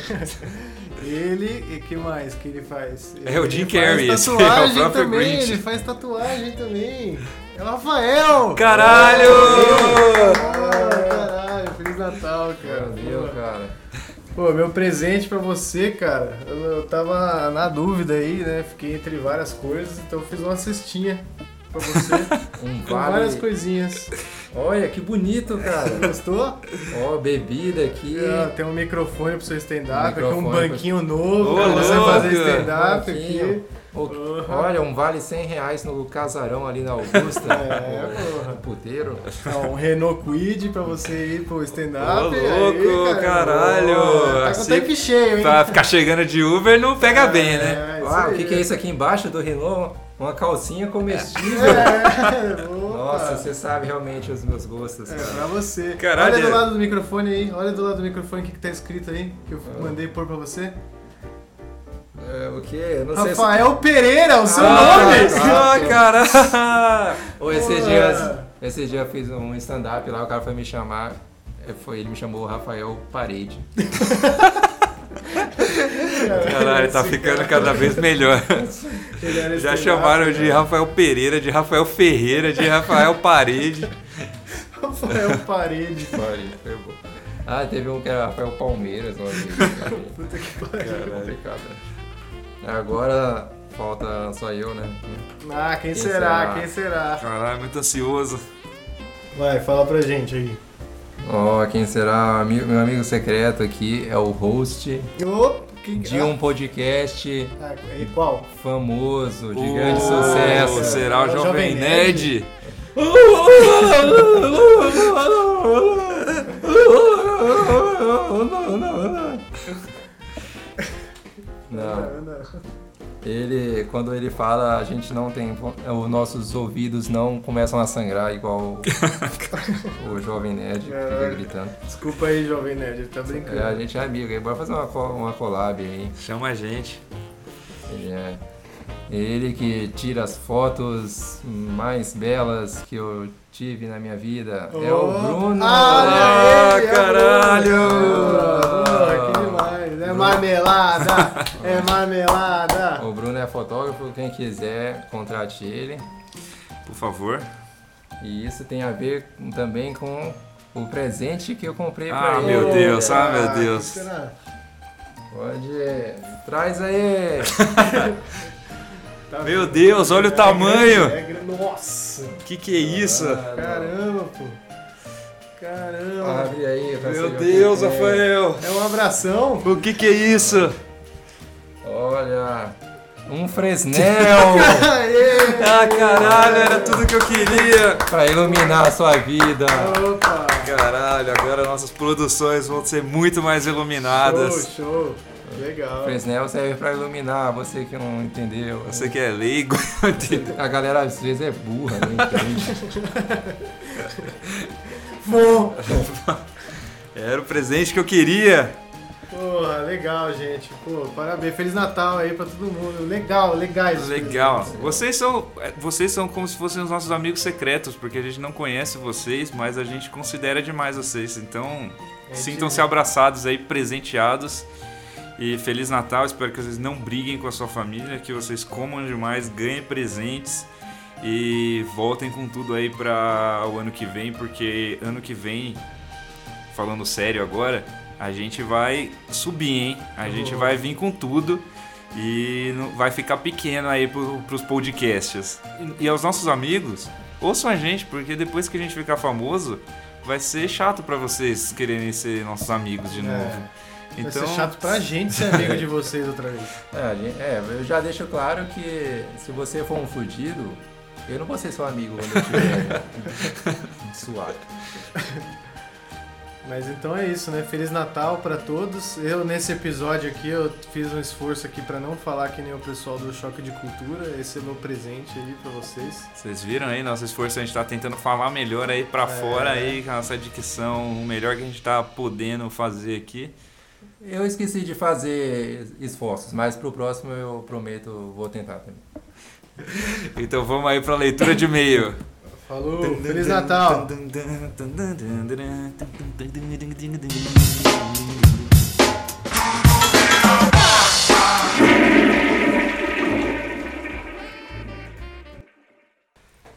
[SPEAKER 3] Ele, e que mais que ele faz?
[SPEAKER 1] É o
[SPEAKER 3] Ele
[SPEAKER 1] Jim
[SPEAKER 3] faz
[SPEAKER 1] Carrey, esse é o
[SPEAKER 3] tatuagem
[SPEAKER 1] próprio
[SPEAKER 3] também,
[SPEAKER 1] Grinch.
[SPEAKER 3] ele faz tatuagem também. É o Rafael!
[SPEAKER 1] Caralho!
[SPEAKER 3] Ah, caralho, Feliz Natal, cara.
[SPEAKER 2] Meu, cara.
[SPEAKER 3] Pô, meu presente pra você, cara. Eu, eu tava na dúvida aí, né? Fiquei entre várias coisas, então eu fiz uma cestinha pra você.
[SPEAKER 2] Um
[SPEAKER 3] com várias
[SPEAKER 2] vale.
[SPEAKER 3] coisinhas.
[SPEAKER 2] Olha, que bonito, cara.
[SPEAKER 3] Gostou?
[SPEAKER 2] Ó, bebida aqui.
[SPEAKER 3] Ah, Tem um microfone pro seu stand-up, aqui um
[SPEAKER 2] Microfone pra-
[SPEAKER 3] banquinho novo
[SPEAKER 1] Ô,
[SPEAKER 3] pra você
[SPEAKER 1] louco!
[SPEAKER 3] fazer stand-up
[SPEAKER 2] Banquinho.
[SPEAKER 3] aqui. Uhum.
[SPEAKER 2] O-
[SPEAKER 3] Porra.
[SPEAKER 2] Olha, um vale 100 reais no casarão ali na Augusta.
[SPEAKER 3] É,
[SPEAKER 2] no-
[SPEAKER 3] porra.
[SPEAKER 2] No puteiro.
[SPEAKER 3] Ó, um Renault Quid pra você ir pro stand-up.
[SPEAKER 1] Ô, louco,
[SPEAKER 3] aí, cara.
[SPEAKER 1] caralho.
[SPEAKER 3] Tá com o
[SPEAKER 1] Assim-
[SPEAKER 3] tanque cheio, hein?
[SPEAKER 1] Pra ficar chegando de Uber não pega bem, né?
[SPEAKER 3] É,
[SPEAKER 2] tá Uau, o
[SPEAKER 3] aí.
[SPEAKER 2] que, que é isso aqui embaixo do Renault? Uma calcinha comestível.
[SPEAKER 3] É, opa.
[SPEAKER 2] Nossa, você sabe realmente os meus gostos,
[SPEAKER 3] É
[SPEAKER 2] cara.
[SPEAKER 3] pra você.
[SPEAKER 1] Caralho.
[SPEAKER 3] Olha do lado do microfone aí, olha do lado do microfone o que, que tá escrito aí, que eu mandei pôr pra você.
[SPEAKER 2] É, o quê? Eu Não sei se-
[SPEAKER 3] Rafael Pereira, o seu
[SPEAKER 2] Ah,
[SPEAKER 3] nome!
[SPEAKER 1] Ah,
[SPEAKER 2] tá.
[SPEAKER 1] caralho!
[SPEAKER 2] Ou esse
[SPEAKER 3] Porra.
[SPEAKER 2] dia, esse dia eu fiz um stand-up lá, o cara foi me chamar. eh, Foi, ele me chamou Rafael Parede.
[SPEAKER 1] Caralho, tá
[SPEAKER 3] Esse
[SPEAKER 1] ficando
[SPEAKER 3] cara,
[SPEAKER 1] cada vez melhor.
[SPEAKER 3] ele era né?
[SPEAKER 1] Já
[SPEAKER 3] stand-up,
[SPEAKER 1] chamaram de
[SPEAKER 3] cara.
[SPEAKER 1] Rafael Pereira, de Rafael Ferreira, de Rafael Parede.
[SPEAKER 3] Rafael Parede.
[SPEAKER 2] Parede, foi bom. Ah, teve um que era Rafael Palmeiras. Olha,
[SPEAKER 3] Puta que pariu.
[SPEAKER 1] Caralho.
[SPEAKER 2] complicado. né? Agora falta só eu, né?
[SPEAKER 3] Ah, quem,
[SPEAKER 2] Quem
[SPEAKER 3] será?
[SPEAKER 2] será?
[SPEAKER 3] Quem será?
[SPEAKER 1] Caralho, muito ansioso.
[SPEAKER 3] Vai, fala pra gente aí.
[SPEAKER 2] Ó, quem será? Ami- Meu amigo secreto aqui é o host
[SPEAKER 3] Ô, quem é?
[SPEAKER 2] de um podcast
[SPEAKER 3] Ah, e qual?
[SPEAKER 2] famoso, de
[SPEAKER 1] O-
[SPEAKER 2] grande sucesso.
[SPEAKER 1] Será o
[SPEAKER 3] É o
[SPEAKER 1] Jovem,
[SPEAKER 3] Jovem
[SPEAKER 1] Nerd?
[SPEAKER 2] Não, ele é, quando ele fala, a gente não tem. vo- Os nossos ouvidos não começam a sangrar igual o, o Jovem Nerd que fica
[SPEAKER 3] Caraca.
[SPEAKER 2] gritando.
[SPEAKER 3] Desculpa aí, Jovem Nerd, ele tá
[SPEAKER 2] É, a
[SPEAKER 3] brincando.
[SPEAKER 2] gente é amigo, aí bora fazer uma, co- uma collab aí.
[SPEAKER 1] Chama a gente.
[SPEAKER 2] Ele, é- ele que tira as fotos mais belas que eu tive na minha vida. É o
[SPEAKER 3] Oh.
[SPEAKER 2] Bruno!
[SPEAKER 3] Ah, olha ele, é o Bruno.
[SPEAKER 1] caralho!
[SPEAKER 3] Boa, que demais. É marmelada! É marmelada!
[SPEAKER 2] O Bruno é fotógrafo, quem quiser, contrate ele.
[SPEAKER 1] Por favor.
[SPEAKER 2] E isso tem a ver com- também com o presente que eu comprei
[SPEAKER 1] Ah,
[SPEAKER 2] pra
[SPEAKER 1] meu
[SPEAKER 2] ele.
[SPEAKER 1] Deus, ah, meu
[SPEAKER 3] o que
[SPEAKER 1] Deus.
[SPEAKER 3] será?
[SPEAKER 2] Pode. Traz aí!
[SPEAKER 3] Tá
[SPEAKER 1] Meu
[SPEAKER 3] vendo?
[SPEAKER 1] Deus, olha o
[SPEAKER 3] É
[SPEAKER 1] tamanho!
[SPEAKER 3] grande, é grande. Nossa!
[SPEAKER 1] Que que é isso?
[SPEAKER 3] Caramba, pô!
[SPEAKER 1] Ah.
[SPEAKER 3] Caramba!
[SPEAKER 2] Abre aí, pra você ver
[SPEAKER 1] Meu
[SPEAKER 2] o que
[SPEAKER 1] Deus,
[SPEAKER 2] tem.
[SPEAKER 1] Rafael!
[SPEAKER 3] É um abração?
[SPEAKER 1] O que que é isso?
[SPEAKER 2] Olha! Um Fresnel!
[SPEAKER 3] Aê!
[SPEAKER 1] Ah, caralho, era tudo que eu queria!
[SPEAKER 2] pra iluminar a sua vida!
[SPEAKER 3] Opa!
[SPEAKER 1] Caralho, agora nossas produções vão ser muito mais iluminadas.
[SPEAKER 3] Show, show! Legal!
[SPEAKER 2] Fresnel serve pra iluminar, você que não entendeu.
[SPEAKER 1] Você que é leigo, não entendeu?
[SPEAKER 2] A galera às vezes é burra,
[SPEAKER 3] né?
[SPEAKER 2] não entende.
[SPEAKER 3] Bom!
[SPEAKER 1] era o presente que eu queria.
[SPEAKER 3] Porra, legal, gente. Pô, parabéns. Feliz Natal aí pra todo mundo. Legal, legais.
[SPEAKER 1] Legal. Vocês são, é, vocês são como se fossem os nossos amigos secretos, porque a gente não conhece vocês, mas a gente considera demais vocês. Então,
[SPEAKER 3] É,
[SPEAKER 1] sintam-se
[SPEAKER 3] tipo,
[SPEAKER 1] abraçados aí, presenteados. E Feliz Natal, espero que vocês não briguem com a sua família, que vocês comam demais, ganhem presentes e voltem com tudo aí para o ano que vem, porque ano que vem, falando sério agora, a gente vai subir, hein? A gente
[SPEAKER 3] Boa.
[SPEAKER 1] vai vir com tudo e não- vai ficar pequeno aí pro, pros podcasts. E, e aos nossos amigos, ouçam a gente, porque depois que a gente ficar famoso, vai ser chato pra vocês quererem ser nossos amigos de
[SPEAKER 3] É.
[SPEAKER 1] novo.
[SPEAKER 3] Vai ser
[SPEAKER 1] Então-
[SPEAKER 3] chato pra gente ser amigo de vocês outra vez.
[SPEAKER 2] É, a gente- é, eu já deixo claro que se você for um fudido, eu não vou ser seu amigo quando eu tiver suado.
[SPEAKER 3] Mas então é isso, né? Feliz Natal pra todos. Eu, nesse episódio aqui, eu fiz um esforço aqui pra não falar que nem o pessoal do Choque de Cultura. Esse é meu presente aí pra vocês.
[SPEAKER 1] Vocês viram aí nosso esforço, a gente tá tentando falar melhor aí
[SPEAKER 3] É.
[SPEAKER 1] pra fora aí, com a nossa dicção, o melhor que a gente tá podendo fazer aqui.
[SPEAKER 2] Eu esqueci de fazer esforços, mas pro próximo eu prometo, vou tentar também.
[SPEAKER 1] Então vamos aí pra leitura de e-mail.
[SPEAKER 3] Falou! Feliz Natal!
[SPEAKER 1] E aí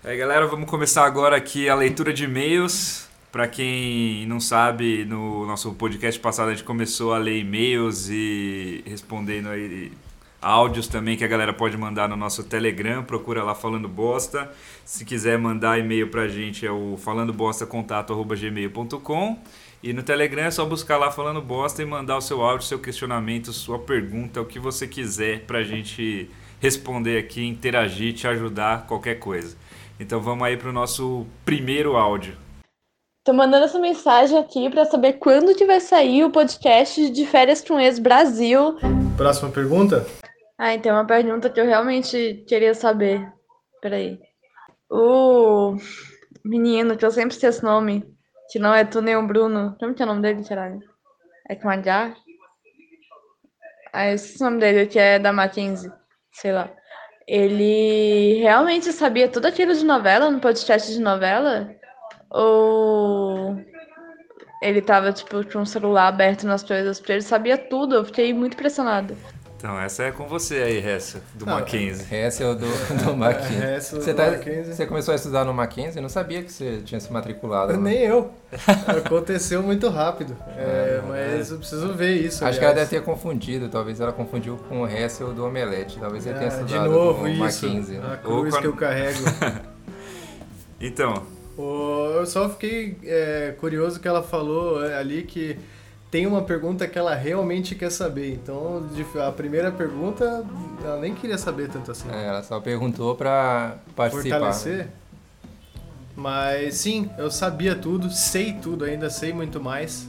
[SPEAKER 1] É, galera, vamos começar agora aqui a leitura de e-mails. Pra quem não sabe, no nosso podcast passado a gente começou a ler e-mails e respondendo aí áudios também que a galera pode mandar no nosso Telegram, procura lá falando bosta. Se quiser mandar e-mail pra gente é o falandobostacontato@gmail.com e no Telegram é só buscar lá falando bosta e mandar o seu áudio, seu questionamento, sua pergunta, o que você quiser pra gente responder aqui, interagir, te ajudar, qualquer coisa. Então vamos aí pro nosso primeiro áudio.
[SPEAKER 5] Tô mandando essa mensagem aqui pra saber quando que vai sair o podcast de Férias um com Ex Brasil.
[SPEAKER 3] Próxima pergunta?
[SPEAKER 5] Ah, e tem uma pergunta que eu realmente queria saber. Peraí. O menino, que eu sempre esqueço o nome, que não é tu nem o Bruno. Como que é o nome dele, caralho? É com H? Ah, eu esqueci o nome dele, que é da Mackenzie. Sei lá. Ele realmente sabia tudo aquilo de novela, no podcast de novela? Ou ele tava, tipo, com o celular aberto nas coisas? Porque ele sabia tudo, eu fiquei muito impressionada.
[SPEAKER 1] Então essa é com você aí, Hessa, do
[SPEAKER 3] Não,
[SPEAKER 1] Mackenzie.
[SPEAKER 2] Essa eu dou é do Mackenzie.
[SPEAKER 3] É, essa
[SPEAKER 2] você,
[SPEAKER 3] do
[SPEAKER 2] tá-
[SPEAKER 3] Mackenzie.
[SPEAKER 2] você começou a estudar no Mackenzie? Eu não sabia que você tinha se matriculado. né? lá.
[SPEAKER 3] Nem eu. Aconteceu muito rápido. É, mas eu preciso ver isso.
[SPEAKER 2] Acho que ela
[SPEAKER 3] aliás.
[SPEAKER 2] deve ter confundido, talvez ela confundiu com o Hessel do Omelete. Talvez ele
[SPEAKER 3] Ah,
[SPEAKER 2] tenha
[SPEAKER 3] de
[SPEAKER 2] estudado
[SPEAKER 3] novo,
[SPEAKER 2] com o
[SPEAKER 3] isso. Ah,
[SPEAKER 2] Mackenzie. né?
[SPEAKER 3] A
[SPEAKER 1] Ou
[SPEAKER 3] cruz
[SPEAKER 1] com a-
[SPEAKER 3] que eu carrego.
[SPEAKER 1] Então,
[SPEAKER 3] Ô, eu só fiquei é, curioso que ela falou é, ali que tem uma pergunta que ela realmente quer saber. Então, de- a primeira pergunta, ela nem queria saber tanto assim.
[SPEAKER 2] É, ela só perguntou pra participar. né?
[SPEAKER 3] Fortalecer. Mas sim, eu sabia tudo, sei tudo, ainda sei muito mais.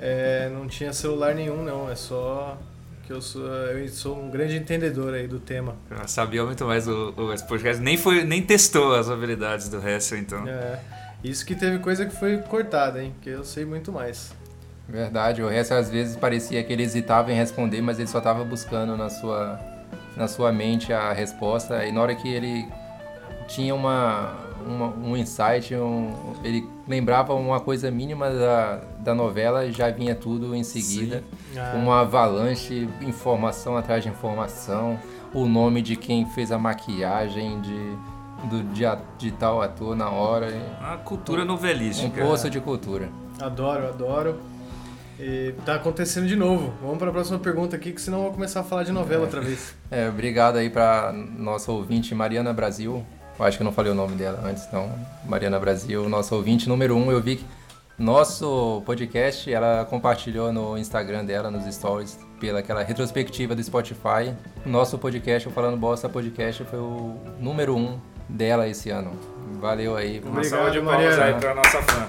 [SPEAKER 3] É, não tinha celular nenhum, não. É só que eu sou, eu sou um grande entendedor aí do tema.
[SPEAKER 1] Eu sabia muito mais o, o esse podcast. Nem, foi, nem testou as habilidades do Hessel,
[SPEAKER 2] Ah.
[SPEAKER 1] então.
[SPEAKER 3] É, isso que teve coisa que foi cortada, hein? Porque eu sei muito mais.
[SPEAKER 2] Verdade, o resto às vezes parecia que ele hesitava em responder, mas ele só estava buscando na sua, na sua mente a resposta. E na hora que ele tinha uma, uma- um insight, um- ele lembrava uma coisa mínima da, da novela e já vinha tudo em seguida. Uma avalanche, informação atrás de informação, o nome de quem fez a maquiagem de, do, de, a- de tal ator na hora. e-
[SPEAKER 1] Uma cultura
[SPEAKER 2] Um
[SPEAKER 1] novelística.
[SPEAKER 2] poço de cultura.
[SPEAKER 3] Adoro, adoro. E tá acontecendo de novo. Vamos pra próxima pergunta aqui, que senão eu vou começar a falar de novela outra vez.
[SPEAKER 2] É, obrigado aí para nossa ouvinte Mariana Brasil. Eu acho que eu não falei o nome dela antes, então. Mariana Brasil, nossa ouvinte número um. Eu vi que nosso podcast ela compartilhou no Instagram dela, nos stories, pela aquela retrospectiva do Spotify. Nosso podcast, o Falando Bosta Podcast, foi o número um dela esse ano. Valeu aí.
[SPEAKER 1] Uma
[SPEAKER 3] Obrigado,
[SPEAKER 1] salva de palmas
[SPEAKER 3] Mariana.
[SPEAKER 1] aí pra nossa fã.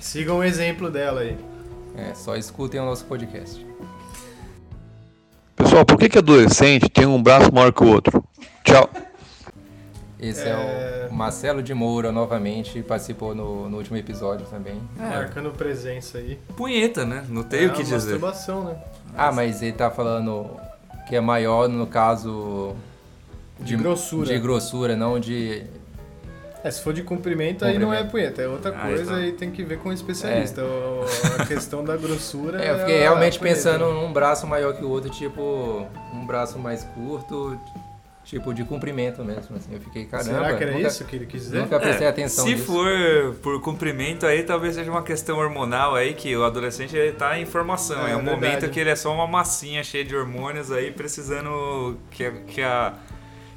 [SPEAKER 3] Sigam o exemplo dela aí.
[SPEAKER 2] É, só escutem o nosso podcast.
[SPEAKER 6] Pessoal, por que, que adolescente tem um braço maior que o outro? Tchau.
[SPEAKER 2] Esse é, o Marcelo de Moura, novamente, participou no, no último episódio também.
[SPEAKER 3] Marcando presença aí.
[SPEAKER 1] Punheta, né? Não tem
[SPEAKER 3] É
[SPEAKER 1] o que
[SPEAKER 3] uma
[SPEAKER 1] dizer.
[SPEAKER 3] Masturbação, né?
[SPEAKER 2] Ah, mas ele tá falando que é maior no caso
[SPEAKER 3] De grossura.
[SPEAKER 2] de grossura, não de.
[SPEAKER 3] É, se for de comprimento, aí não é punheta, é outra
[SPEAKER 1] Ah,
[SPEAKER 3] coisa
[SPEAKER 2] tá.
[SPEAKER 1] então.
[SPEAKER 3] e tem que ver com o especialista. O- A questão da grossura.
[SPEAKER 2] É, eu fiquei
[SPEAKER 3] a
[SPEAKER 2] realmente
[SPEAKER 3] punheta. né?
[SPEAKER 2] pensando num braço maior que o outro, tipo, um braço mais curto, tipo de comprimento mesmo. Assim. Eu fiquei, caramba.
[SPEAKER 3] Será que era
[SPEAKER 2] nunca,
[SPEAKER 3] isso que ele quis dizer?
[SPEAKER 2] Nunca prestei
[SPEAKER 1] É,
[SPEAKER 2] atenção.
[SPEAKER 1] Se
[SPEAKER 2] nisso.
[SPEAKER 1] for por comprimento aí, talvez seja uma questão hormonal aí, que o adolescente ele tá em formação.
[SPEAKER 3] É,
[SPEAKER 1] É, um
[SPEAKER 3] verdade.
[SPEAKER 1] momento que ele é só uma massinha cheia de hormônios aí, precisando que, a- que a.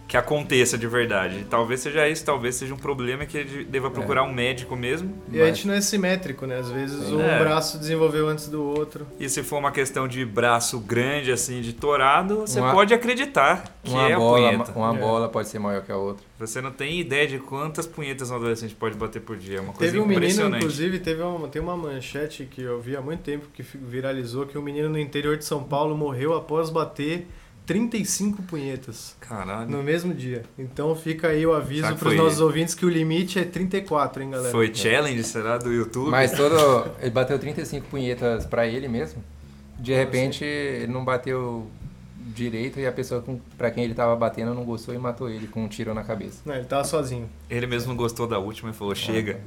[SPEAKER 1] Que aconteça de verdade. Talvez seja isso, talvez seja um problema que ele deva
[SPEAKER 2] É.
[SPEAKER 1] procurar um médico mesmo.
[SPEAKER 3] E a gente não é simétrico, né? Às vezes um
[SPEAKER 1] É.
[SPEAKER 3] braço desenvolveu antes do outro.
[SPEAKER 1] E se for uma questão de braço grande, assim, de torado, você
[SPEAKER 2] Uma-
[SPEAKER 1] pode acreditar que
[SPEAKER 2] Uma,
[SPEAKER 1] é a
[SPEAKER 2] bola,
[SPEAKER 1] punheta.
[SPEAKER 2] uma
[SPEAKER 3] É.
[SPEAKER 2] bola pode ser maior que a outra.
[SPEAKER 1] Você não tem ideia de quantas punhetas um adolescente pode bater por dia. É uma coisa
[SPEAKER 3] teve um menino,
[SPEAKER 1] impressionante.
[SPEAKER 3] inclusive, teve uma, tem uma manchete que eu vi há muito tempo que fi- viralizou que um menino no interior de São Paulo morreu após bater 35 punhetas
[SPEAKER 1] Caralho.
[SPEAKER 3] no mesmo dia. Então fica aí o
[SPEAKER 1] Será
[SPEAKER 3] aviso
[SPEAKER 1] que
[SPEAKER 3] para os
[SPEAKER 1] foi-
[SPEAKER 3] nossos ouvintes que o limite é 34, hein, galera?
[SPEAKER 1] Foi challenge, será, do YouTube?
[SPEAKER 2] Mas todo. Ele bateu 35 punhetas pra ele mesmo. De repente, ele não bateu direito e a pessoa com, pra quem ele tava batendo não gostou e matou ele com um tiro na cabeça.
[SPEAKER 3] Não, ele tava sozinho.
[SPEAKER 1] Ele mesmo não gostou da última e
[SPEAKER 2] Ah.
[SPEAKER 1] falou, chega.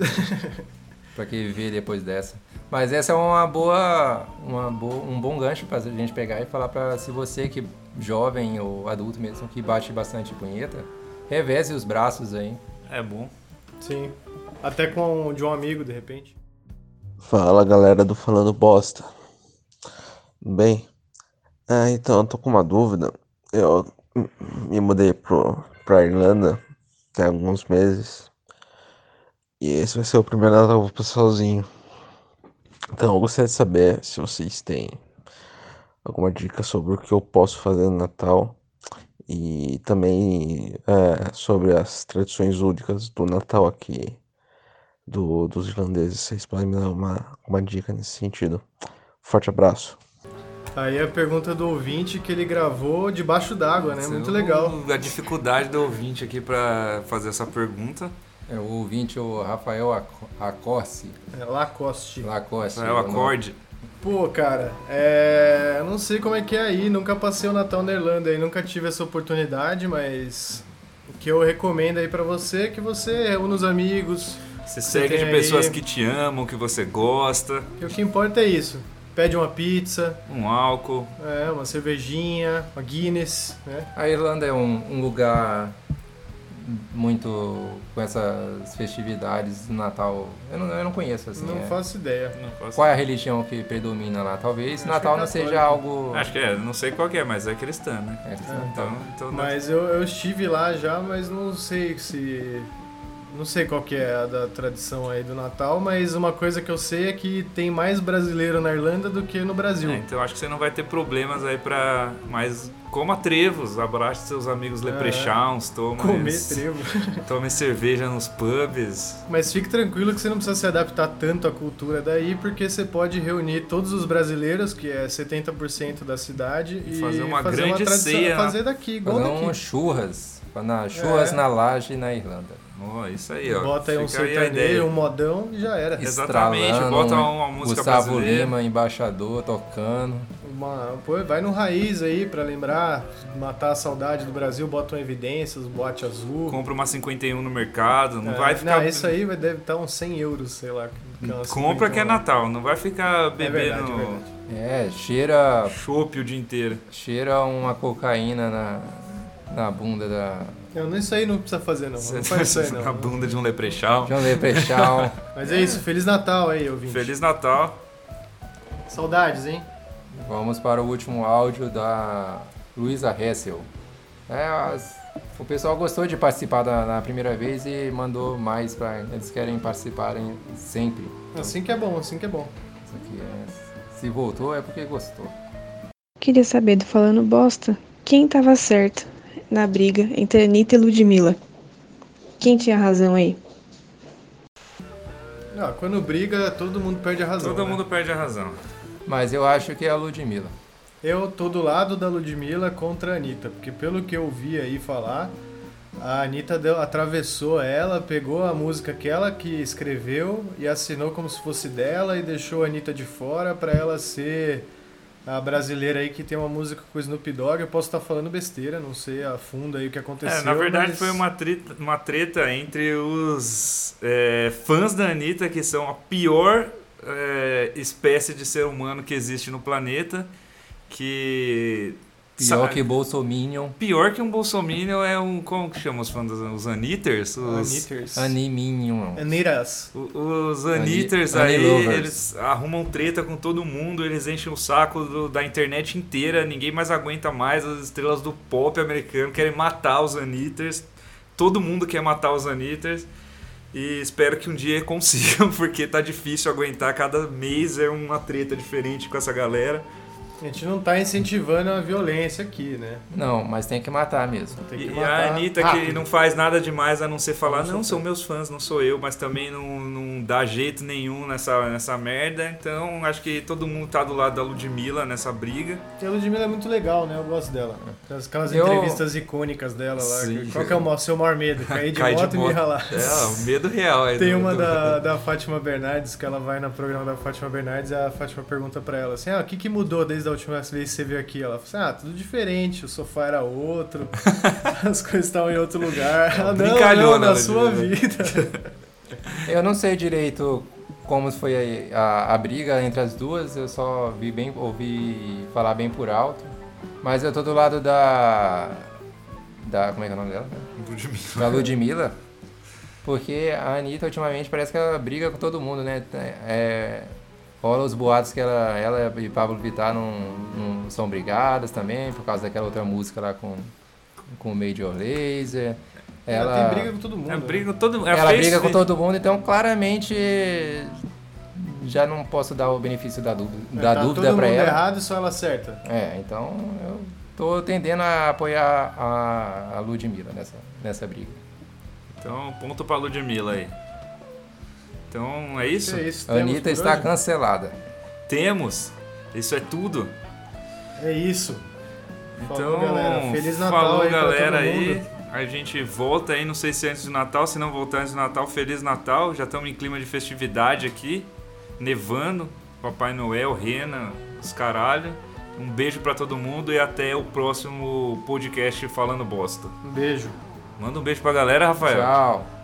[SPEAKER 2] Pra quem vê depois dessa. Mas essa é uma boa, uma boa- um bom gancho pra gente pegar e falar pra se você que jovem ou adulto mesmo que bate bastante punheta, reveze os braços aí.
[SPEAKER 1] É bom.
[SPEAKER 3] Sim. Até com um- de um amigo, de repente.
[SPEAKER 7] Fala galera do Falando Bosta. Bem, ah, então eu tô com uma dúvida. Eu hum, me mudei pro, pra Irlanda tem alguns meses. E esse vai ser o primeiro Natal que eu vou passar sozinho. Então eu gostaria de saber se vocês têm alguma dica sobre o que eu posso fazer no Natal. E também é, sobre as tradições únicas do Natal aqui do, dos irlandeses. Vocês podem me dar uma, uma dica nesse sentido. Forte abraço.
[SPEAKER 3] Aí a pergunta do ouvinte que ele gravou debaixo d'água, né? Muito legal.
[SPEAKER 1] É A dificuldade do ouvinte aqui pra fazer essa pergunta.
[SPEAKER 2] É o ouvinte, o Rafael Aco- Acorce,
[SPEAKER 3] É, Lacoste.
[SPEAKER 2] Lacoste.
[SPEAKER 1] É o
[SPEAKER 2] nome.
[SPEAKER 1] acorde.
[SPEAKER 3] Pô, cara, é... eu não sei como é que é aí, nunca passei o Natal na Irlanda e nunca tive essa oportunidade, mas o que eu recomendo aí pra você é que você reúna os amigos,
[SPEAKER 1] Se segue
[SPEAKER 3] tem
[SPEAKER 1] de pessoas
[SPEAKER 3] aí-
[SPEAKER 1] que te amam, que você gosta,
[SPEAKER 3] e o que importa é isso. Pede uma pizza,
[SPEAKER 1] um álcool.
[SPEAKER 3] é, uma cervejinha, uma Guinness, né?
[SPEAKER 2] A Irlanda é um, um lugar muito com essas festividades do Natal. Eu não, eu não conheço assim.
[SPEAKER 3] não
[SPEAKER 2] é.
[SPEAKER 3] faço ideia.
[SPEAKER 1] Não
[SPEAKER 2] Qual é a religião que predomina lá? Talvez
[SPEAKER 3] Acho
[SPEAKER 2] Natal
[SPEAKER 3] que é
[SPEAKER 2] não seja
[SPEAKER 3] católica.
[SPEAKER 2] algo.
[SPEAKER 1] Acho que é, não sei qual que é, mas é cristã, né?
[SPEAKER 2] É,
[SPEAKER 1] Então, então
[SPEAKER 3] Mas eu, eu estive lá já, mas não sei se... não sei qual que é a da tradição aí do Natal, mas uma coisa que eu sei é que tem mais brasileiro na Irlanda do que no Brasil.
[SPEAKER 1] É, então acho que você não vai ter problemas aí pra. Mas coma trevos, abrace seus amigos leprechauns, toma.
[SPEAKER 3] Comer
[SPEAKER 1] eles-
[SPEAKER 3] trevo.
[SPEAKER 1] Tome cerveja nos pubs.
[SPEAKER 3] Mas fique tranquilo que você não precisa se adaptar tanto à cultura daí, porque você pode reunir todos os brasileiros, que é 70% da cidade,
[SPEAKER 1] E
[SPEAKER 3] e
[SPEAKER 1] fazer uma grande
[SPEAKER 3] tradição,
[SPEAKER 1] ceia, né?
[SPEAKER 3] fazer daqui, igual
[SPEAKER 2] Fazer
[SPEAKER 3] daqui.
[SPEAKER 2] um churras. Na, churras
[SPEAKER 3] É.
[SPEAKER 2] na laje na Irlanda.
[SPEAKER 1] Ó, isso aí, ó.
[SPEAKER 3] Bota aí um
[SPEAKER 1] Fica a ideia.
[SPEAKER 3] sertanejo, um modão e já era.
[SPEAKER 1] Isso. Exatamente,
[SPEAKER 2] Estralando,
[SPEAKER 1] bota uma música
[SPEAKER 2] Gustavo
[SPEAKER 1] brasileira.
[SPEAKER 2] Lima, embaixador, tocando.
[SPEAKER 3] Uma- pô, vai no raiz aí pra lembrar, matar a saudade do Brasil, bota um uma evidência, os boate azul.
[SPEAKER 1] Compra uma 51 no mercado, não
[SPEAKER 3] É,
[SPEAKER 1] vai ficar.
[SPEAKER 3] Não, isso aí vai- deve estar uns 100 euros, sei lá. que é umas
[SPEAKER 1] Compra
[SPEAKER 3] 51
[SPEAKER 1] que é Natal, não vai ficar
[SPEAKER 3] É verdade,
[SPEAKER 1] bebendo
[SPEAKER 3] é verdade.
[SPEAKER 2] É, cheira,
[SPEAKER 1] chopp o dia inteiro.
[SPEAKER 2] cheira uma cocaína na, na bunda da
[SPEAKER 3] Não, não, isso aí não precisa fazer, não. Não faz isso aí,
[SPEAKER 1] Na
[SPEAKER 3] não.
[SPEAKER 1] bunda de um leprechal.
[SPEAKER 2] João Leprechal.
[SPEAKER 3] Mas é isso, Feliz Natal aí, ouvinte.
[SPEAKER 1] Feliz Natal.
[SPEAKER 3] Saudades, hein?
[SPEAKER 2] Vamos para o último áudio da Luísa Hessel. É, as- o pessoal gostou de participar da, na primeira vez e mandou mais para eles querem participarem sempre.
[SPEAKER 3] Assim que é bom, assim que é bom.
[SPEAKER 2] Isso aqui é- se voltou é porque gostou.
[SPEAKER 8] Queria saber do Falando Bosta, quem tava certo na briga entre Anitta e Ludmilla? Quem tinha razão aí?
[SPEAKER 3] Não, quando briga, todo mundo perde a razão.
[SPEAKER 1] Todo
[SPEAKER 3] né?
[SPEAKER 1] mundo perde a razão.
[SPEAKER 2] Mas eu acho que é a Ludmilla.
[SPEAKER 3] Eu tô do lado da Ludmilla contra a Anitta, porque pelo que eu vi aí falar, a Anitta deu- atravessou ela, pegou a música que ela que escreveu e assinou como se fosse dela e deixou a Anitta de fora pra ela ser a brasileira aí que tem uma música com o Snoop Dogg. Eu posso estar falando besteira, não sei a fundo aí o que aconteceu.
[SPEAKER 1] É, na verdade
[SPEAKER 3] mas-
[SPEAKER 1] foi uma treta, uma treta entre os é, fãs da Anitta, que são a pior é, espécie de ser humano que existe no planeta, que...
[SPEAKER 2] Pior
[SPEAKER 1] sa-
[SPEAKER 2] é que Bolsominion,
[SPEAKER 1] pior que um bolsominion é um... Como que chama os fãs? dos- Os Anitters? Os,
[SPEAKER 3] Anitters.
[SPEAKER 2] Animinion.
[SPEAKER 3] É Anitas.
[SPEAKER 1] O- Os
[SPEAKER 2] Ani-
[SPEAKER 1] Anitters
[SPEAKER 2] Ani
[SPEAKER 1] aí,
[SPEAKER 2] lovers.
[SPEAKER 1] eles arrumam treta com todo mundo, eles enchem o saco do- da internet inteira, ninguém mais aguenta mais, as estrelas do pop americano querem matar os Anitters, todo mundo quer matar os Anitters, e espero que um dia consigam, porque tá difícil aguentar, cada mês é uma treta diferente com essa galera.
[SPEAKER 3] A gente não tá incentivando a violência aqui, né?
[SPEAKER 2] Não, mas tem que matar mesmo.
[SPEAKER 3] Tem que
[SPEAKER 1] E, e
[SPEAKER 3] matar
[SPEAKER 1] a Anitta que
[SPEAKER 3] rápido.
[SPEAKER 1] não faz nada demais a não ser falar,
[SPEAKER 3] Não
[SPEAKER 1] não, são
[SPEAKER 3] sou
[SPEAKER 1] meus fãs, não sou eu, mas também não, não dá jeito nenhum nessa, nessa merda. Então acho que todo mundo tá do lado da Ludmilla nessa briga.
[SPEAKER 3] E a Ludmilla é muito legal, né? Eu gosto dela. Aquelas, aquelas
[SPEAKER 2] Eu-
[SPEAKER 3] entrevistas icônicas dela lá.
[SPEAKER 1] Sim,
[SPEAKER 3] Qual que é o mo- seu maior medo? Cair de
[SPEAKER 1] Cai de
[SPEAKER 3] moto e me
[SPEAKER 1] moto.
[SPEAKER 3] ralar.
[SPEAKER 1] É, o medo é real aí.
[SPEAKER 3] Tem
[SPEAKER 1] do-
[SPEAKER 3] uma
[SPEAKER 1] do-
[SPEAKER 3] da, da Fátima Bernardes, que ela vai no programa da Fátima Bernardes e a Fátima pergunta pra ela assim, ah, o que, que mudou desde a última vez que você veio aqui? Ela fala assim, ah, tudo diferente, o sofá era outro, as coisas estavam em outro lugar. Ela, não, não,
[SPEAKER 1] É brincalhona, né,
[SPEAKER 3] na
[SPEAKER 1] ela
[SPEAKER 3] sua
[SPEAKER 1] diz,
[SPEAKER 3] vida.
[SPEAKER 2] Eu não sei direito como foi a, a briga entre as duas, eu só vi bem, ouvi falar bem por alto. Mas eu tô do lado da. Da. Como é que é o nome dela?
[SPEAKER 1] Ludmilla.
[SPEAKER 2] Da Ludmilla. Porque a Anitta ultimamente parece que ela briga com todo mundo, né? É, rola os boatos que ela, ela e Pablo Vittar não, não são brigadas também, por causa daquela outra música lá com, com o Major Laser.
[SPEAKER 3] Ela...
[SPEAKER 2] Ela,
[SPEAKER 3] tem briga com todo mundo.
[SPEAKER 1] É,
[SPEAKER 3] né?
[SPEAKER 1] briga com todo
[SPEAKER 2] ela
[SPEAKER 1] fez-
[SPEAKER 2] briga com todo mundo, então claramente já não posso dar o benefício da dúvida,
[SPEAKER 3] É,
[SPEAKER 2] da
[SPEAKER 3] tá
[SPEAKER 2] dúvida
[SPEAKER 3] todo
[SPEAKER 2] para
[SPEAKER 3] mundo
[SPEAKER 2] ela.
[SPEAKER 3] errado e só ela acerta.
[SPEAKER 2] É, então eu tô tendendo a apoiar a, a Ludmilla nessa, nessa briga.
[SPEAKER 1] Então, ponto pra Ludmilla aí. Então é isso?
[SPEAKER 3] É isso,
[SPEAKER 2] A
[SPEAKER 3] temos
[SPEAKER 2] Anitta
[SPEAKER 3] por
[SPEAKER 2] está
[SPEAKER 3] hoje?
[SPEAKER 2] cancelada.
[SPEAKER 1] Temos. Isso é tudo.
[SPEAKER 3] É isso.
[SPEAKER 1] Então,
[SPEAKER 3] Falou, galera. Feliz Natal
[SPEAKER 1] falou,
[SPEAKER 3] aí pra
[SPEAKER 1] galera
[SPEAKER 3] todo mundo.
[SPEAKER 1] aí. A gente volta aí, não sei se antes do Natal, se não voltar antes do Natal, Feliz Natal. Já estamos em clima de festividade aqui, nevando, Papai Noel, Rena, os caralho. Um beijo pra todo mundo e até o próximo podcast Falando Bosta.
[SPEAKER 3] Um beijo.
[SPEAKER 1] Manda um beijo pra galera, Rafael.
[SPEAKER 2] Tchau.